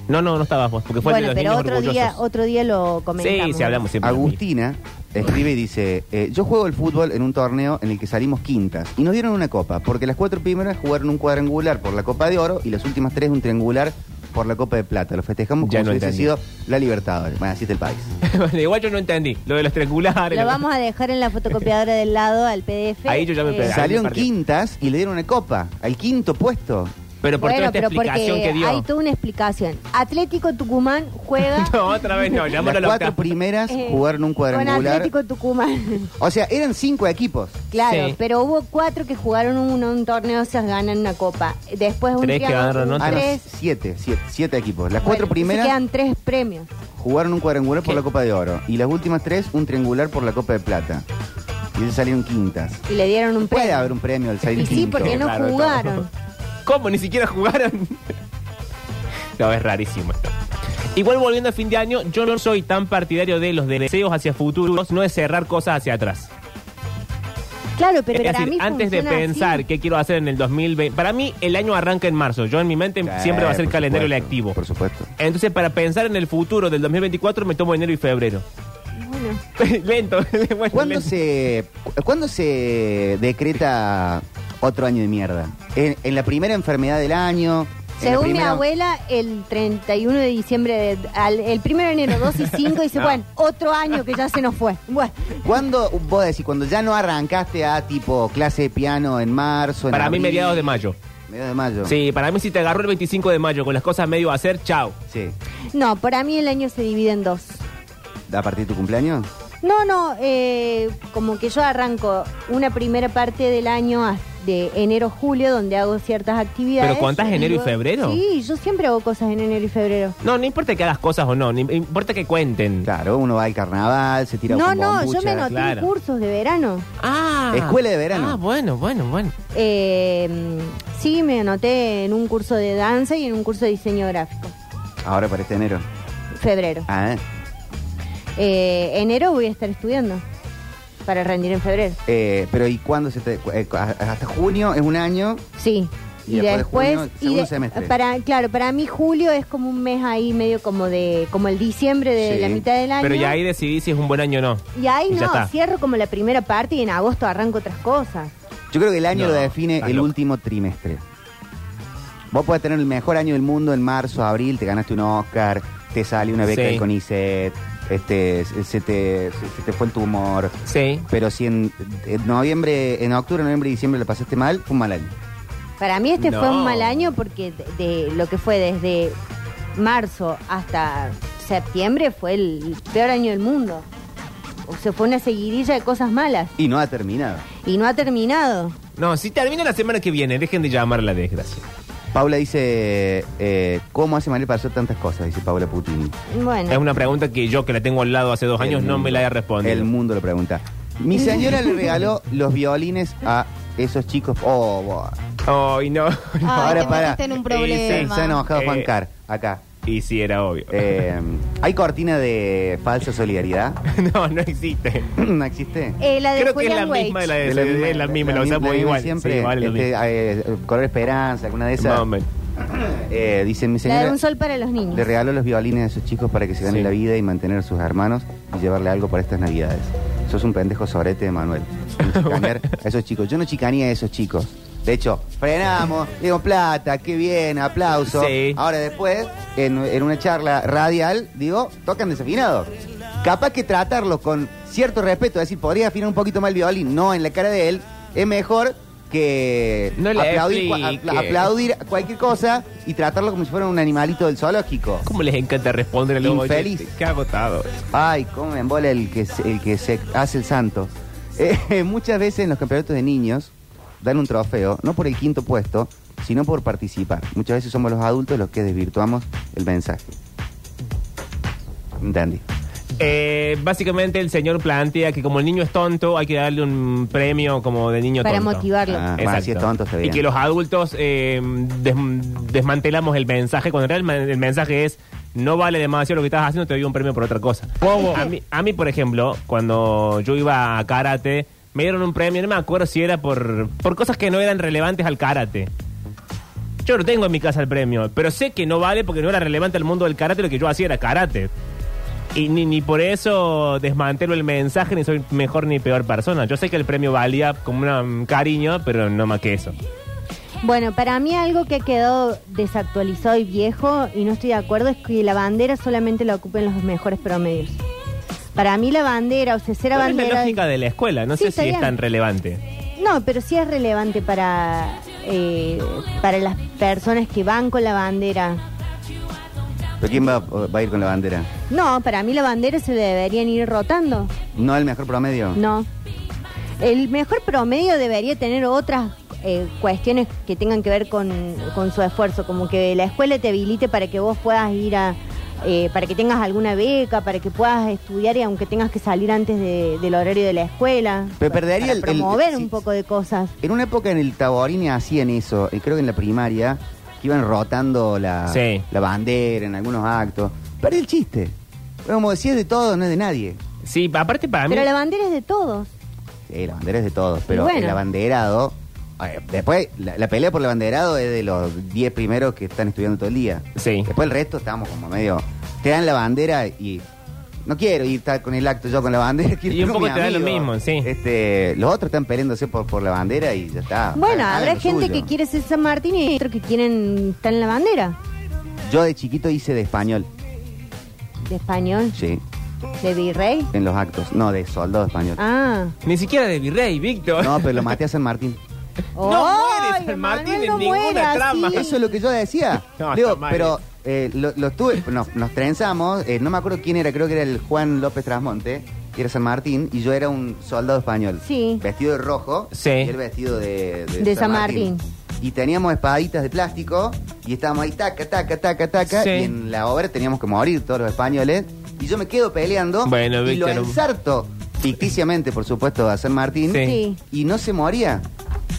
Speaker 3: No, no, no estabas vos, porque fue
Speaker 4: Bueno,
Speaker 3: el de los
Speaker 4: pero
Speaker 3: niños
Speaker 4: otro día,
Speaker 3: orgullosos.
Speaker 4: otro día lo comentamos.
Speaker 3: sí, sí, hablamos siempre. de mí.
Speaker 1: Agustina escribe y dice: eh, Yo juego el fútbol en un torneo en el que salimos quintas y nos dieron una copa, porque las cuatro primeras jugaron un cuadrangular por la Copa de Oro y las últimas tres un triangular por la Copa de Plata. Lo festejamos
Speaker 3: Ya
Speaker 1: como
Speaker 3: no
Speaker 1: si hubiese
Speaker 3: entendí.
Speaker 1: sido la Libertadores. Bueno, así está el país.
Speaker 3: Bueno, Igual yo no entendí. Lo de los triangulares.
Speaker 4: Lo
Speaker 3: la-
Speaker 4: vamos a dejar en la fotocopiadora del lado al PDF.
Speaker 3: Ahí yo ya me
Speaker 4: Eh,
Speaker 3: perdí. Ahí
Speaker 1: Salieron
Speaker 3: perdí.
Speaker 1: quintas y le dieron una copa al quinto puesto.
Speaker 3: Pero por
Speaker 4: bueno,
Speaker 3: toda esta
Speaker 4: pero
Speaker 3: explicación
Speaker 4: porque
Speaker 3: que dio.
Speaker 4: hay toda una explicación. Atlético Tucumán juega
Speaker 3: No, otra vez no. Llámalo a
Speaker 1: Las
Speaker 3: la
Speaker 1: cuatro
Speaker 3: octava.
Speaker 1: primeras
Speaker 4: eh,
Speaker 1: jugaron un
Speaker 4: con
Speaker 1: cuadrangular.
Speaker 4: Atlético Tucumán.
Speaker 1: O sea, eran cinco equipos.
Speaker 4: Claro,
Speaker 3: Sí.
Speaker 4: pero hubo cuatro que jugaron uno, un torneo, se ganan una copa. Después un
Speaker 3: Tres que
Speaker 4: triángulo,
Speaker 3: ganaron
Speaker 4: un
Speaker 3: otro.
Speaker 1: Ah, no,
Speaker 4: tres.
Speaker 1: siete, siete, siete equipos. Las
Speaker 4: Bueno,
Speaker 1: cuatro
Speaker 4: se
Speaker 1: primeras
Speaker 4: quedan tres premios.
Speaker 1: jugaron un cuadrangular por
Speaker 3: ¿Qué?
Speaker 1: la Copa de Oro. Y las últimas tres, un triangular por la Copa de Plata. Y ellos salieron quintas.
Speaker 4: Y le dieron un premio.
Speaker 1: Puede haber un premio al salir
Speaker 4: Y sí,
Speaker 1: quinto.
Speaker 4: porque no
Speaker 3: Claro,
Speaker 4: jugaron.
Speaker 3: ¿Cómo? ¿Ni siquiera jugaron? no, es rarísimo esto. Igual volviendo a fin de año, yo no soy tan partidario de los deseos hacia futuros, no es cerrar cosas hacia atrás.
Speaker 4: Claro, pero
Speaker 3: es
Speaker 4: para
Speaker 3: decir,
Speaker 4: mí
Speaker 3: antes de
Speaker 4: funciona
Speaker 3: pensar
Speaker 4: así.
Speaker 3: qué quiero hacer en el 2020, para mí el año arranca en marzo, yo en mi mente
Speaker 1: Sí,
Speaker 3: siempre va a ser
Speaker 1: por
Speaker 3: calendario
Speaker 1: supuesto,
Speaker 3: lectivo.
Speaker 1: Por supuesto.
Speaker 3: Entonces, para pensar en el futuro del 2024, me tomo enero y febrero.
Speaker 4: Bueno,
Speaker 3: lento, bueno,
Speaker 1: ¿Cuándo
Speaker 3: lento.
Speaker 1: se, cu- ¿Cuándo se decreta otro año de mierda? ¿En, en la primera enfermedad del año? en la
Speaker 4: según mi
Speaker 1: primera-
Speaker 4: abuela, el 31 de diciembre, de- al- el 1 de enero, 2 y 5, dice,
Speaker 3: No.
Speaker 4: bueno, otro año que ya se nos fue. Bueno,
Speaker 1: ¿Cuándo, vos decís, cuando ya no arrancaste a tipo clase de piano en marzo? en
Speaker 3: Para mí,
Speaker 1: abril,
Speaker 3: mediados de mayo.
Speaker 1: Mediados de mayo.
Speaker 3: Sí, para mí si te agarró el 25 de mayo con las cosas medio a hacer, chao.
Speaker 1: Sí.
Speaker 4: no, para mí el año se divide en dos.
Speaker 1: ¿A partir de tu cumpleaños?
Speaker 4: No, no, eh, como que yo arranco una primera parte del año a- de enero-julio donde hago ciertas actividades.
Speaker 3: ¿Pero contás enero y
Speaker 4: luego-
Speaker 3: febrero?
Speaker 4: Sí, yo siempre hago cosas en enero y febrero.
Speaker 3: No, no importa que hagas cosas o no, no importa que cuenten.
Speaker 1: Claro, uno va al carnaval, se tira
Speaker 4: No,
Speaker 1: con
Speaker 4: no, yo
Speaker 1: bombucha.
Speaker 4: me anoté
Speaker 3: claro.
Speaker 4: en cursos de verano.
Speaker 3: Ah,
Speaker 1: Escuela de verano.
Speaker 3: Ah, bueno, bueno, bueno.
Speaker 4: Eh, mm, sí, me anoté en un curso de danza y en un curso de diseño gráfico.
Speaker 1: Ahora para este enero.
Speaker 4: Febrero.
Speaker 1: Ah,
Speaker 4: Eh, enero voy a estar estudiando para rendir en febrero.
Speaker 1: eh, pero ¿y cuándo se te.? eh, hasta junio es un año.
Speaker 4: Sí.
Speaker 1: Y
Speaker 4: Y,
Speaker 1: después de
Speaker 4: después,
Speaker 1: junio,
Speaker 4: y
Speaker 1: segundo
Speaker 4: de-
Speaker 1: semestre.
Speaker 4: para claro, para mí julio es como un mes ahí medio como de como el diciembre de
Speaker 1: Sí.
Speaker 4: la mitad del año.
Speaker 3: Pero ya ahí decidí si es un buen año o no.
Speaker 4: Y ahí
Speaker 3: y ya
Speaker 4: no,
Speaker 3: está.
Speaker 4: cierro como la primera parte y en agosto arranco otras cosas.
Speaker 1: Yo creo que el año
Speaker 3: No,
Speaker 1: lo define
Speaker 3: estás
Speaker 1: el
Speaker 3: loca.
Speaker 1: último trimestre. Vos podés tener el mejor año del mundo en marzo, abril, te ganaste un Oscar, te sale una beca
Speaker 3: Sí.
Speaker 1: del CONICET, este, se, se te, se- se te fue el tumor.
Speaker 3: Sí.
Speaker 1: Pero si en, en noviembre, en octubre, noviembre y diciembre le pasaste mal, fue un mal año.
Speaker 4: Para mí este
Speaker 3: No.
Speaker 4: fue un mal año porque de, de lo que fue desde marzo hasta septiembre fue el peor año del mundo. O sea, fue una seguidilla de cosas malas
Speaker 1: Y no ha terminado.
Speaker 4: y no ha terminado.
Speaker 3: No, si termina la semana que viene, dejen de llamar la desgracia.
Speaker 1: Paula dice, eh, ¿cómo hace Manuel para hacer tantas cosas? Dice Paula Putini.
Speaker 4: Bueno.
Speaker 3: Es una pregunta que yo, que la tengo al lado hace dos años,
Speaker 1: El
Speaker 3: no
Speaker 1: mundo.
Speaker 3: me la haya respondido.
Speaker 1: El mundo lo pregunta. Mi señora le regaló los violines a esos chicos. Oh, wow.
Speaker 3: Ay, no. no.
Speaker 2: Ah,
Speaker 1: Ahora,
Speaker 2: te
Speaker 1: para.
Speaker 2: metiste en un
Speaker 1: Se
Speaker 2: problema.
Speaker 1: ha enojado Juan
Speaker 3: Eh.
Speaker 1: Car, acá.
Speaker 3: Y sí, era obvio.
Speaker 1: Eh, ¿Hay cortina de falsa solidaridad?
Speaker 3: no, no existe.
Speaker 1: ¿No existe?
Speaker 4: Eh, la de
Speaker 3: Creo que es la
Speaker 4: Julian Wade.
Speaker 3: misma de la de
Speaker 1: Es
Speaker 3: es Eh, la misma, la usamos
Speaker 1: misma
Speaker 3: igual.
Speaker 1: Siempre,
Speaker 3: Sí, vale lo
Speaker 1: este,
Speaker 3: mismo.
Speaker 1: eh, color esperanza, alguna de
Speaker 3: Más
Speaker 1: esas.
Speaker 3: o menos.
Speaker 1: Eh, dice mi
Speaker 4: La de
Speaker 1: señora,
Speaker 4: un sol para los niños.
Speaker 1: le regaló los violines a esos chicos para que se ganen
Speaker 3: Sí.
Speaker 1: la vida y mantener a sus hermanos y llevarle algo para estas navidades. Sos un pendejo sobrete, Manuel. Sin chicanear a esos chicos. Yo no chicanía a esos chicos. De hecho, frenamos, le digo plata, qué bien, aplauso.
Speaker 3: Sí.
Speaker 1: Ahora después, en, en una charla radial, digo, tocan desafinado. Capaz que tratarlo con cierto respeto, es decir, podría afinar un poquito más el violín, no en la cara de él, es mejor que
Speaker 3: No le
Speaker 1: aplaudir, cua-
Speaker 3: explique.
Speaker 1: apla- aplaudir cualquier cosa y tratarlo como si fuera un animalito del zoológico.
Speaker 3: ¿Cómo les encanta responder a los
Speaker 1: Infeliz.
Speaker 3: oyentes? Qué agotado.
Speaker 1: Ay, cómo me embola el que, se- el que se hace el santo. Eh, muchas veces en los campeonatos de niños dan un trofeo, no por el quinto puesto, sino por participar. Muchas veces somos los adultos los que desvirtuamos el mensaje. ¿Entendí?
Speaker 3: Eh, básicamente el señor plantea que como el niño es tonto, hay que darle un premio como de niño
Speaker 4: para
Speaker 3: tonto.
Speaker 4: motivarlo.
Speaker 1: Ah,
Speaker 3: Exacto.
Speaker 1: bueno, si es tonto, está
Speaker 3: y
Speaker 1: bien.
Speaker 3: que los adultos eh, des- desmantelamos el mensaje, cuando en realidad el, men- el mensaje es no vale demasiado lo que estás haciendo, te doy un premio por otra cosa. A, mí, a mí, por ejemplo, cuando yo iba a karate, me dieron un premio, no me acuerdo si era por, por cosas que no eran relevantes al karate. Yo lo tengo en mi casa el premio, pero sé que no vale porque no era relevante al mundo del karate, lo que yo hacía era karate. Y ni, ni por eso desmantelo el mensaje, ni soy mejor ni peor persona. Yo sé que el premio valía como una- un cariño, pero no más que eso.
Speaker 4: Bueno, para mí algo que ha quedado desactualizado y viejo, y no estoy de acuerdo, es que la bandera solamente la ocupen los mejores promedios. Para mí la bandera, o sea, ser
Speaker 3: ¿Cuál es
Speaker 4: bandera...
Speaker 3: la lógica de la escuela? No
Speaker 4: Sí,
Speaker 3: sé
Speaker 4: está
Speaker 3: si es
Speaker 4: bien.
Speaker 3: tan relevante.
Speaker 4: No, pero sí es relevante para, eh, para las personas que van con la bandera.
Speaker 1: ¿Pero quién va, va a ir con la bandera?
Speaker 4: No, para mí la bandera se deberían ir rotando.
Speaker 1: ¿No el mejor promedio?
Speaker 4: No. El mejor promedio debería tener otras eh, cuestiones que tengan que ver con, con su esfuerzo, como que la escuela te habilite para que vos puedas ir a... eh, para que tengas alguna beca, para que puedas estudiar y aunque tengas que salir antes de- del horario de la escuela.
Speaker 1: Pero
Speaker 4: para-
Speaker 1: perdería
Speaker 4: para
Speaker 1: el- el-
Speaker 4: promover
Speaker 1: sí,
Speaker 4: un poco de cosas.
Speaker 1: En una época en el Taborini hacían eso, y creo que en la primaria, que iban rotando la,
Speaker 3: Sí.
Speaker 1: la bandera en algunos actos. Pero el chiste. Bueno, como decía, es de todos, no es de nadie.
Speaker 3: Sí, aparte para mí...
Speaker 4: Pero la bandera es de todos.
Speaker 1: Ah, Sí, la bandera es de todos, pero
Speaker 4: Bueno.
Speaker 1: el abanderado. a ver, Después, la, la pelea por el abanderado es de los 10 primeros que están estudiando todo el día.
Speaker 3: Sí.
Speaker 1: Después el resto estamos como medio. Te dan la bandera y. No quiero ir tal con el acto yo con la bandera. quiero
Speaker 3: Y
Speaker 1: ir
Speaker 3: un
Speaker 1: con
Speaker 3: poco
Speaker 1: mi
Speaker 3: te da lo
Speaker 1: amigo.
Speaker 3: mismo, sí.
Speaker 1: Este, los otros están peleándose por, por la bandera y ya está.
Speaker 4: Bueno,
Speaker 1: Hagan-
Speaker 4: habrá
Speaker 1: hagan lo
Speaker 4: gente
Speaker 1: suyo.
Speaker 4: que quiere ser San Martín y otros que quieren estar en la bandera.
Speaker 1: Yo de chiquito hice de español,
Speaker 4: De español,
Speaker 1: sí,
Speaker 4: de virrey.
Speaker 1: en los actos. No, de soldado español.
Speaker 4: Ah.
Speaker 3: Ni siquiera de virrey, Víctor.
Speaker 1: No, pero lo maté a San Martín.
Speaker 3: No
Speaker 4: ¡Ay,
Speaker 3: muere San
Speaker 4: Emanuel,
Speaker 3: Martín en
Speaker 4: no
Speaker 3: ninguna
Speaker 4: muera
Speaker 3: trama.
Speaker 4: así!
Speaker 1: Eso es lo que yo decía.
Speaker 3: No,
Speaker 1: Digo,
Speaker 3: está mal.
Speaker 1: pero eh, lo, lo tuve- nos, nos trenzamos, eh, no me acuerdo quién era, creo que era el Juan López Trasmonte, que era San Martín, y yo era un soldado español.
Speaker 4: Sí.
Speaker 1: Vestido de rojo
Speaker 3: Sí.
Speaker 1: y él vestido de,
Speaker 4: De San Martín.
Speaker 1: Y teníamos espaditas de plástico y estábamos ahí taca, taca, taca, taca.
Speaker 3: Sí.
Speaker 1: Y en la obra teníamos que morir todos los españoles. Y yo me quedo peleando
Speaker 3: Bueno,
Speaker 1: y lo
Speaker 3: Víctor.
Speaker 1: ensarto ficticiamente, por supuesto, a San Martín.
Speaker 3: Sí.
Speaker 4: Sí.
Speaker 1: Y no se moría.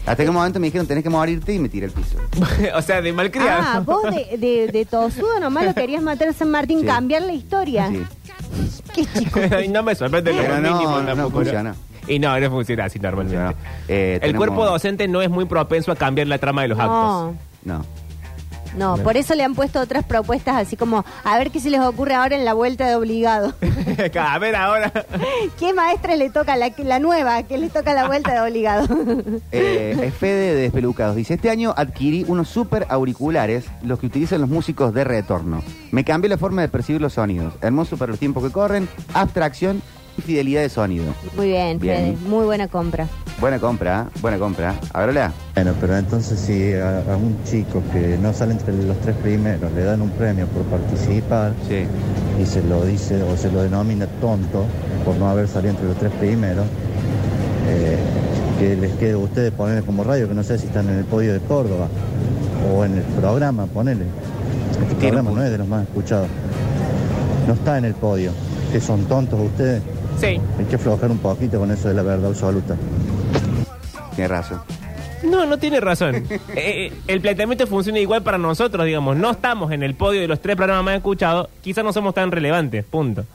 Speaker 1: Hasta que un momento me dijeron, tenés que morirte y me tiré al piso.
Speaker 3: o sea, de malcriado.
Speaker 4: Ah, vos de, de, de tosudo nomás lo querías matar a San Martín,
Speaker 1: Sí.
Speaker 4: cambiar la historia.
Speaker 1: Sí.
Speaker 4: Qué chico.
Speaker 3: Y no me sorprende lo
Speaker 1: Pero
Speaker 3: más
Speaker 1: no,
Speaker 3: mínimo
Speaker 1: no
Speaker 3: tampoco,
Speaker 1: funciona.
Speaker 3: Y no, no funciona así normalmente.
Speaker 1: No. Eh,
Speaker 3: el
Speaker 1: tenemos-
Speaker 3: cuerpo docente no es muy propenso a cambiar la trama de los actos.
Speaker 4: No,
Speaker 1: No.
Speaker 4: no, por eso le han puesto otras propuestas así como, a ver qué se les ocurre ahora en la vuelta de obligado.
Speaker 3: a ver ahora.
Speaker 4: ¿Qué maestra le toca la, la nueva? ¿Qué le toca la vuelta de obligado?
Speaker 1: Eh, es Fede de Despelucados. Dice, este año adquirí unos super auriculares, los que utilizan los músicos de retorno. Me cambió la forma de percibir los sonidos. Hermoso para los tiempos que corren, abstracción y fidelidad de sonido.
Speaker 4: Muy bien,
Speaker 1: Bien.
Speaker 4: Fede, muy buena compra.
Speaker 1: Buena compra, ¿eh? buena compra. Abrola.
Speaker 5: Bueno, pero entonces si a, a un chico que no sale entre los tres primeros le dan un premio por participar
Speaker 1: Sí.
Speaker 5: y se lo dice o se lo denomina tonto por no haber salido entre los tres primeros, eh, que les quede a ustedes poner como radio, que no sé si están en el podio de Córdoba. o en el programa, ponele. Este
Speaker 1: Tiene un
Speaker 5: programa
Speaker 1: punto.
Speaker 5: no es de los más escuchados. No está en el podio. Que son tontos ustedes.
Speaker 3: Sí.
Speaker 5: Hay que aflojar un poquito con eso de la verdad absoluta.
Speaker 1: Tienes razón.
Speaker 3: No, no tiene razón. Eh, eh, el planteamiento funciona igual para nosotros, digamos. No estamos en el podio de los tres programas más escuchados. Quizás no somos tan relevantes, punto.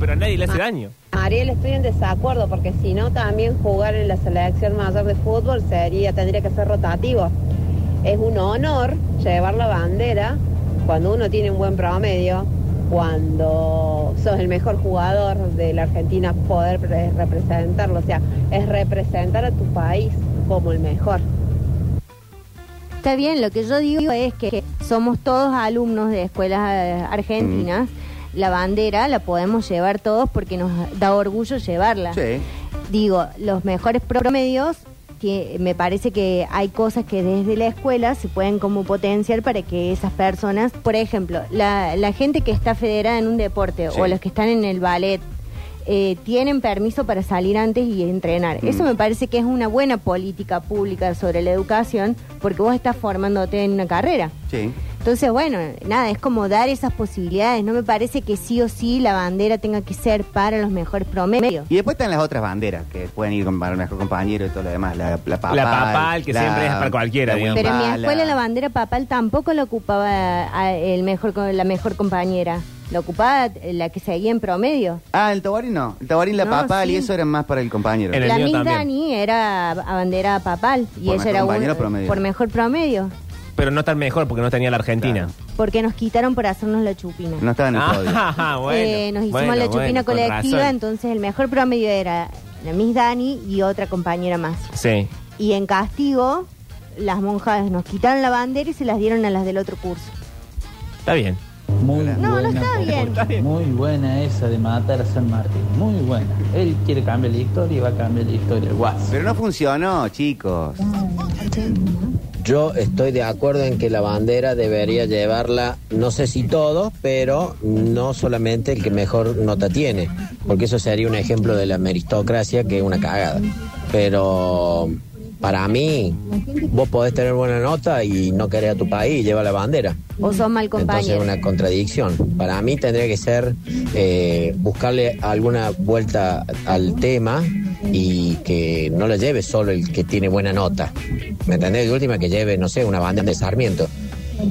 Speaker 3: Pero a nadie le hace daño.
Speaker 6: Mariel, estoy en desacuerdo porque si no también jugar en la selección mayor de fútbol sería tendría que ser rotativo. Es un honor llevar la bandera cuando uno tiene un buen promedio, cuando sos el mejor jugador de la Argentina poder pre- representarlo, o sea, es representar a tu país como el mejor.
Speaker 4: Está bien, lo que yo digo es que somos todos alumnos de escuelas eh, argentinas.
Speaker 1: Mm.
Speaker 4: La bandera la podemos llevar todos porque nos da orgullo llevarla.
Speaker 1: Sí.
Speaker 4: Digo, los mejores promedios, que me parece que hay cosas que desde la escuela se pueden como potenciar para que esas personas, por ejemplo, la, la gente que está federada en un deporte
Speaker 1: Sí.
Speaker 4: o los que están en el ballet, eh, tienen permiso para salir antes y entrenar. Eso me parece que es una buena política pública sobre la educación porque vos estás formándote en una carrera.
Speaker 1: Sí.
Speaker 4: Entonces, bueno, nada, es como dar esas posibilidades. No me parece que sí o sí la bandera tenga que ser para los mejores promedios.
Speaker 1: Y después están las otras banderas que pueden ir con para el mejor compañero y todo lo demás. La, la papal.
Speaker 3: La papal, que
Speaker 1: la-
Speaker 3: siempre es para cualquiera,
Speaker 1: la
Speaker 3: digamos.
Speaker 4: Pero en mi
Speaker 1: Wimbala.
Speaker 4: escuela la bandera papal tampoco la ocupaba a- el mejor, co- la mejor compañera. La ocupaba eh, la que seguía en promedio.
Speaker 1: Ah, el tabarín no. El tabarín, la
Speaker 4: No,
Speaker 1: papal y
Speaker 4: sí.
Speaker 1: eso era más para el compañero.
Speaker 3: En el-
Speaker 4: la
Speaker 3: mío
Speaker 4: Miss
Speaker 3: también.
Speaker 4: Dani era a bandera papal y
Speaker 1: Por mejor
Speaker 4: ella era un-
Speaker 1: compañero promedio.
Speaker 4: por mejor promedio.
Speaker 3: Pero no tan mejor porque no tenía la Argentina.
Speaker 4: Porque nos quitaron por hacernos la chupina.
Speaker 1: No estaba en el podio.
Speaker 3: Ah, bueno,
Speaker 4: Eh, nos hicimos
Speaker 3: bueno,
Speaker 4: la
Speaker 3: bueno,
Speaker 4: chupina
Speaker 3: con
Speaker 4: colectiva,
Speaker 3: razón.
Speaker 4: entonces el mejor promedio era la Miss Dani y otra compañera más.
Speaker 3: Sí.
Speaker 4: Y en castigo, las monjas nos quitaron la bandera y se las dieron a las del otro curso.
Speaker 3: Está bien.
Speaker 7: Muy
Speaker 1: No,
Speaker 4: no
Speaker 7: buena,
Speaker 4: está
Speaker 7: Coco.
Speaker 4: bien.
Speaker 3: Está bien.
Speaker 7: Muy buena esa de matar a San Martín. Muy buena. Él quiere cambiar la historia y va a cambiar la historia. Guas.
Speaker 1: Pero no funcionó, chicos.
Speaker 8: Yo estoy de acuerdo en que la bandera debería llevarla, no sé si todos, pero no solamente el que mejor nota tiene, porque eso sería un ejemplo de la meritocracia que es una cagada. Pero para mí, vos podés tener buena nota y no querer a tu país y llevar la bandera.
Speaker 4: O sos mal
Speaker 8: Entonces es
Speaker 4: compañero.
Speaker 8: una contradicción. Para mí tendría que ser eh, buscarle alguna vuelta al tema y que no lo lleve solo el que tiene buena nota. ¿Me entendés? De última que lleve, no sé, una bandera de Sarmiento.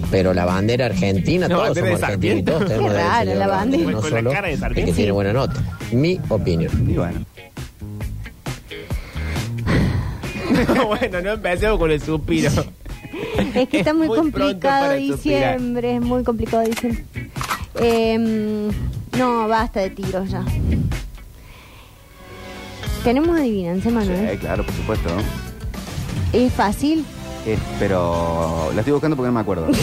Speaker 8: Pero la bandera argentina,
Speaker 3: Una
Speaker 8: todos
Speaker 3: bandera
Speaker 8: somos
Speaker 3: de
Speaker 8: argentinos y todos
Speaker 3: Sarmiento.
Speaker 8: tenemos
Speaker 4: Qué
Speaker 8: derecho a
Speaker 4: raro,
Speaker 8: llevar
Speaker 4: la bandera.
Speaker 8: no
Speaker 3: Con la
Speaker 8: solo
Speaker 3: cara de
Speaker 8: el que
Speaker 3: Sarmiento.
Speaker 8: tiene buena nota. Mi opinión.
Speaker 1: Y bueno.
Speaker 3: bueno, no empecemos con el suspiro.
Speaker 4: Es que está muy,
Speaker 3: Es muy pronto
Speaker 4: complicado
Speaker 3: para
Speaker 4: diciembre, es muy complicado diciembre. Em, no, basta de tiros ya. Tenemos adivinanza, Manuel.
Speaker 1: Sí, claro, por supuesto. ¿no?
Speaker 4: Es fácil.
Speaker 1: Es- pero la estoy buscando porque no me acuerdo.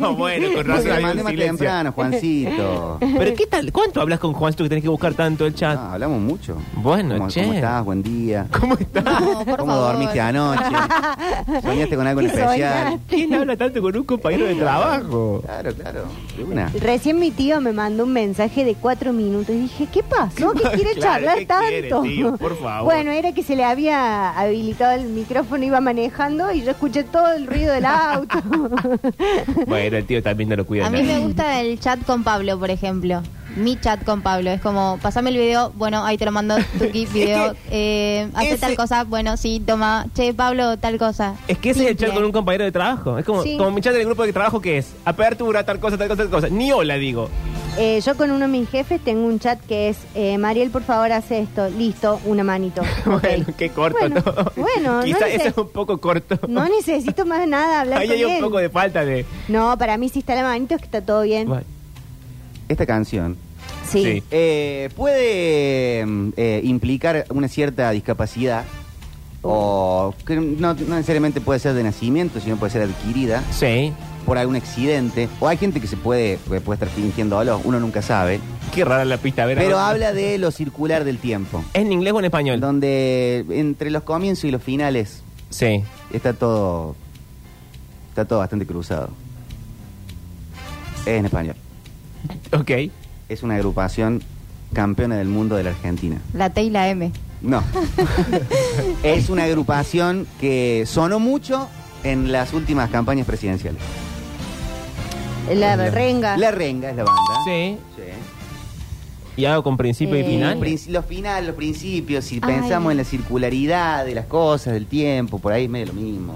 Speaker 3: No, bueno, con
Speaker 1: Porque
Speaker 3: razón.
Speaker 1: la
Speaker 3: había un
Speaker 1: mandé más
Speaker 3: silencio.
Speaker 1: temprano, Juancito.
Speaker 3: Pero ¿qué tal? ¿Cuánto hablas con Juan tú que tenés que buscar tanto el chat?
Speaker 1: Ah, hablamos mucho.
Speaker 3: Bueno,
Speaker 1: ¿Cómo,
Speaker 3: che.
Speaker 1: ¿Cómo estás? Buen día.
Speaker 3: ¿Cómo estás?
Speaker 2: No, por
Speaker 1: ¿Cómo
Speaker 2: favor.
Speaker 1: dormiste anoche? ¿Soñaste con algo en
Speaker 4: ¿Qué
Speaker 1: especial?
Speaker 4: soñaste?
Speaker 3: ¿Quién habla tanto con un compañero de trabajo?
Speaker 1: Claro, claro. De una.
Speaker 4: Recién mi tío me mandó un mensaje de cuatro minutos y dije, ¿qué pasó? ¿Qué quiere
Speaker 3: Claro,
Speaker 4: charlar
Speaker 3: ¿qué quiere,
Speaker 4: tanto?
Speaker 3: tío? Por favor.
Speaker 4: Bueno, era que se le había habilitado el micrófono, iba manejando y yo escuché todo el ruido del auto.
Speaker 3: Bueno, el tío también no lo cuida.
Speaker 2: A mí
Speaker 3: nada.
Speaker 2: me gusta el chat con Pablo, por ejemplo. Mi chat con Pablo. Es como, pasame el video, bueno, ahí te lo mando, Tuki, video. Eh, hace tal cosa, bueno, sí, toma. Che, Pablo, tal cosa.
Speaker 3: Es que ese es el
Speaker 2: Simple.
Speaker 3: chat con un compañero de trabajo. Es como,
Speaker 4: Sí.
Speaker 3: como mi chat en el grupo de trabajo que es apertura, tal cosa, tal cosa, tal cosa. Ni hola digo.
Speaker 4: Eh, yo con uno de mis jefes tengo un chat que es, eh, Mariel, por favor, haz esto. Listo, una manito. Ok.
Speaker 3: Bueno, qué corto
Speaker 4: Bueno,
Speaker 3: todo.
Speaker 4: bueno, no
Speaker 3: Quizás
Speaker 4: lo sé.
Speaker 3: eso es un poco corto.
Speaker 4: No necesito más nada hablar
Speaker 3: Ahí
Speaker 4: con
Speaker 3: hay un
Speaker 4: él.
Speaker 3: poco de falta de.
Speaker 4: No, para mí si está la manito es que está todo bien.
Speaker 3: Bueno,
Speaker 1: Esta canción
Speaker 4: Sí.
Speaker 3: sí.
Speaker 1: eh, puede mm, eh, implicar una cierta discapacidad o que no, no necesariamente puede ser de nacimiento, sino puede ser adquirida
Speaker 3: Sí.
Speaker 1: por algún accidente. O hay gente que se puede, que puede estar fingiéndolo, uno nunca sabe.
Speaker 3: Qué rara la pista, a ver.
Speaker 1: Pero
Speaker 3: ahora.
Speaker 1: habla de lo circular del tiempo,
Speaker 3: ¿Es en inglés o en español?
Speaker 1: donde entre los comienzos y los finales
Speaker 3: Sí.
Speaker 1: está todo está todo bastante cruzado. Es en español.
Speaker 3: Ok.
Speaker 1: Es una agrupación campeona del mundo de la Argentina.
Speaker 2: La T y la M.
Speaker 1: No. es una agrupación que sonó mucho en las últimas campañas presidenciales.
Speaker 4: La renga.
Speaker 1: La Renga es la banda.
Speaker 3: Sí.
Speaker 1: Sí.
Speaker 3: Y hago con principio y
Speaker 4: Eh,
Speaker 3: final.
Speaker 1: Los princ- Los finales, los principios, si
Speaker 2: Ay.
Speaker 1: pensamos en la circularidad de las cosas, del tiempo, por ahí es medio lo mismo.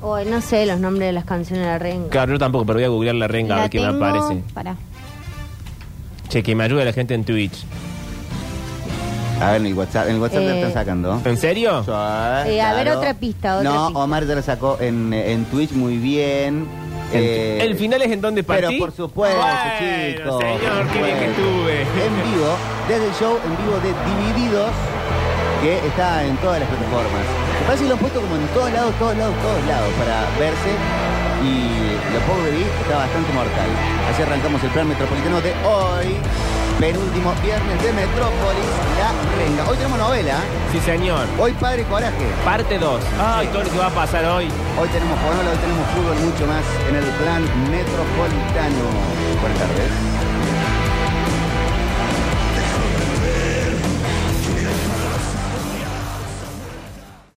Speaker 4: Oh, no sé los nombres de las canciones de la renga.
Speaker 3: Claro, yo tampoco, pero voy a googlear la renga a
Speaker 2: La
Speaker 3: ver qué me
Speaker 2: tengo-
Speaker 3: aparece.
Speaker 2: Pará.
Speaker 3: Che, que me ayude la gente en Twitch.
Speaker 1: A ver, en el WhatsApp, en el WhatsApp la
Speaker 4: Eh.
Speaker 1: están sacando.
Speaker 3: ¿En serio?
Speaker 1: Suave,
Speaker 4: Eh, a ver, otra pista, otra
Speaker 1: no,
Speaker 4: pista.
Speaker 1: Omar ya la sacó en, en Twitch muy bien.
Speaker 3: El,
Speaker 1: Eh,
Speaker 3: el final es en donde partí.
Speaker 1: Pero por supuesto,
Speaker 3: Bueno,
Speaker 1: chicos.
Speaker 3: señor,
Speaker 1: por
Speaker 3: qué bien que
Speaker 1: supuesto.
Speaker 3: estuve.
Speaker 1: En vivo, desde el show en vivo de Divididos, que está en todas las plataformas. Me Parece que lo han puesto como en todos lados, todos lados, todos lados para verse. Y lo poco que vi está bastante mortal. Así arrancamos el plan metropolitano de hoy. Penúltimo viernes de Metrópolis, La Renga. Hoy tenemos novela, ¿eh?
Speaker 3: Sí, señor.
Speaker 1: hoy Padre Coraje.
Speaker 3: Parte 2. Ay, todo lo que va a pasar hoy.
Speaker 1: Hoy tenemos Fonola, hoy tenemos fútbol, mucho más en el plan metropolitano. Buenas tardes.